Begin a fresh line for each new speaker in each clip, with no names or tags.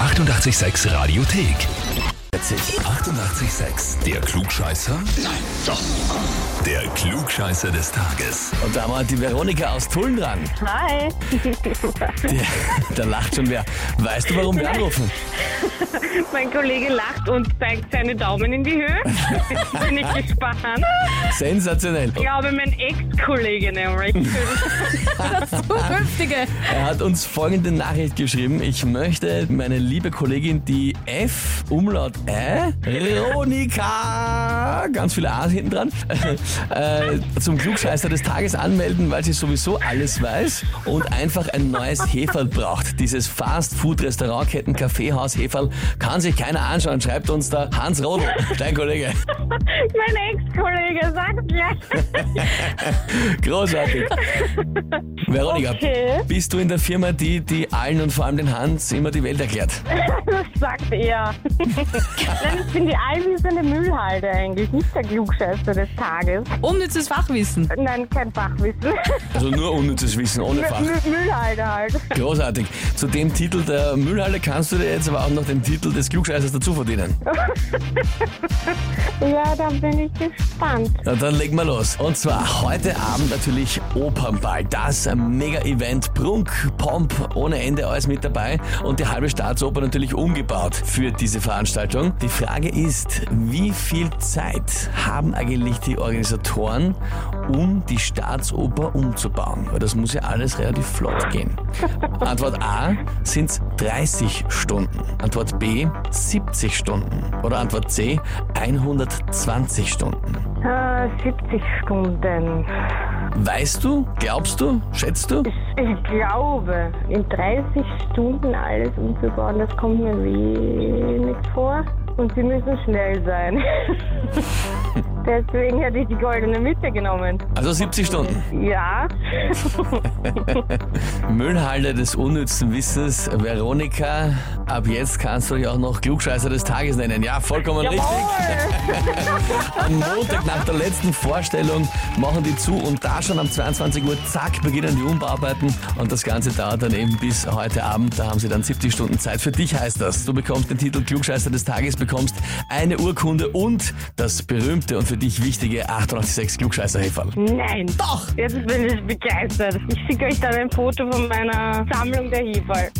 886 Radiothek. 88,6. Der Klugscheißer? Nein, doch. Der Klugscheißer des Tages.
Und da haben wir die Veronika aus Tulln dran.
Hi.
Die, da lacht schon wer. Weißt du, warum wir anrufen?
mein Kollege lacht und zeigt seine Daumen in die Höhe. Jetzt bin ich gespannt.
Sensationell.
Ich glaube, mein Ex-Kollege nämlich.
Zukünftige.
Er hat uns folgende Nachricht geschrieben. Ich möchte meine liebe Kollegin, die F, Umlaut Ä, Veronika, ganz viele A's hinten dran, äh, zum Klugscheißer des Tages anmelden, weil sie sowieso alles weiß und einfach ein neues Heferl braucht. Dieses Fast-Food-Restaurantketten, Kaffeehaus, Heferl, kann sich keiner anschauen, schreibt uns da Hans Rodl, dein Kollege.
mein Ex-Kollege sagt gleich.
Großartig. Veronika,
Okay.
bist du in der Firma, die, die allen und vor allem den Hans immer die Welt erklärt?
Das sagt er. Nein, ich bin die allwissende Müllhalde eigentlich, nicht der Klugscheißer des Tages.
Unnützes Fachwissen.
Nein, kein Fachwissen.
Also nur unnützes Wissen, ohne Fach.
Mü- Mü- Müllhalde halt.
Großartig. Zu dem Titel der Müllhalle kannst du dir jetzt aber auch noch den Titel des Klugscheißers dazu verdienen.
Ja, da bin ich gespannt.
Na, dann legen wir los. Und zwar heute Abend natürlich Opernball. Das Mega-Event. Prunk, Pomp, ohne Ende alles mit dabei. Und die halbe Staatsoper natürlich umgebaut für diese Veranstaltung. Die Frage ist, wie viel Zeit haben eigentlich die Organisatoren, um die Staatsoper umzubauen? Weil das muss ja alles relativ flott gehen. Antwort A sind 30 Stunden. Antwort B 70 Stunden. Oder Antwort C 120 Stunden.
Äh, 70 Stunden.
Weißt du, glaubst du, schätzt du?
Ich glaube, in 30 Stunden alles umzubauen, das kommt mir wenig vor. Und sie müssen schnell sein. Deswegen hätte ich die goldene Mitte genommen.
Also 70 Stunden.
Ja,
Müllhalde des unnützen Wissens, Veronika, ab jetzt kannst du dich auch noch Klugscheißer des Tages nennen. Ja, vollkommen richtig. Am Montag nach der letzten Vorstellung machen die zu und da schon am 22 Uhr, zack, beginnen die Umbauarbeiten und das Ganze dauert dann eben bis heute Abend. Da haben sie dann 70 Stunden Zeit. Für dich heißt das, du bekommst den Titel Klugscheißer des Tages, bekommst eine Urkunde und das berühmte und für dich wichtige 886 Klugscheißer-Häferl.
nein.
Doch!
Jetzt bin ich begeistert. Ich schicke euch dann ein Foto von meiner Sammlung der Heferl.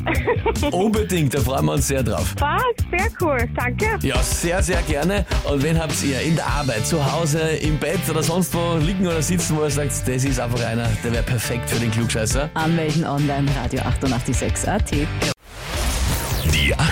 Oh. Unbedingt, da freuen wir uns sehr drauf.
Passt, sehr cool. Danke.
Ja, sehr, sehr gerne. Und wen habt ihr in der Arbeit, zu Hause, im Bett oder sonst wo liegen oder sitzen, wo ihr sagt, das ist einfach einer, der wäre perfekt für den Klugscheißer?
Anmelden online Radio 886 AT.
Die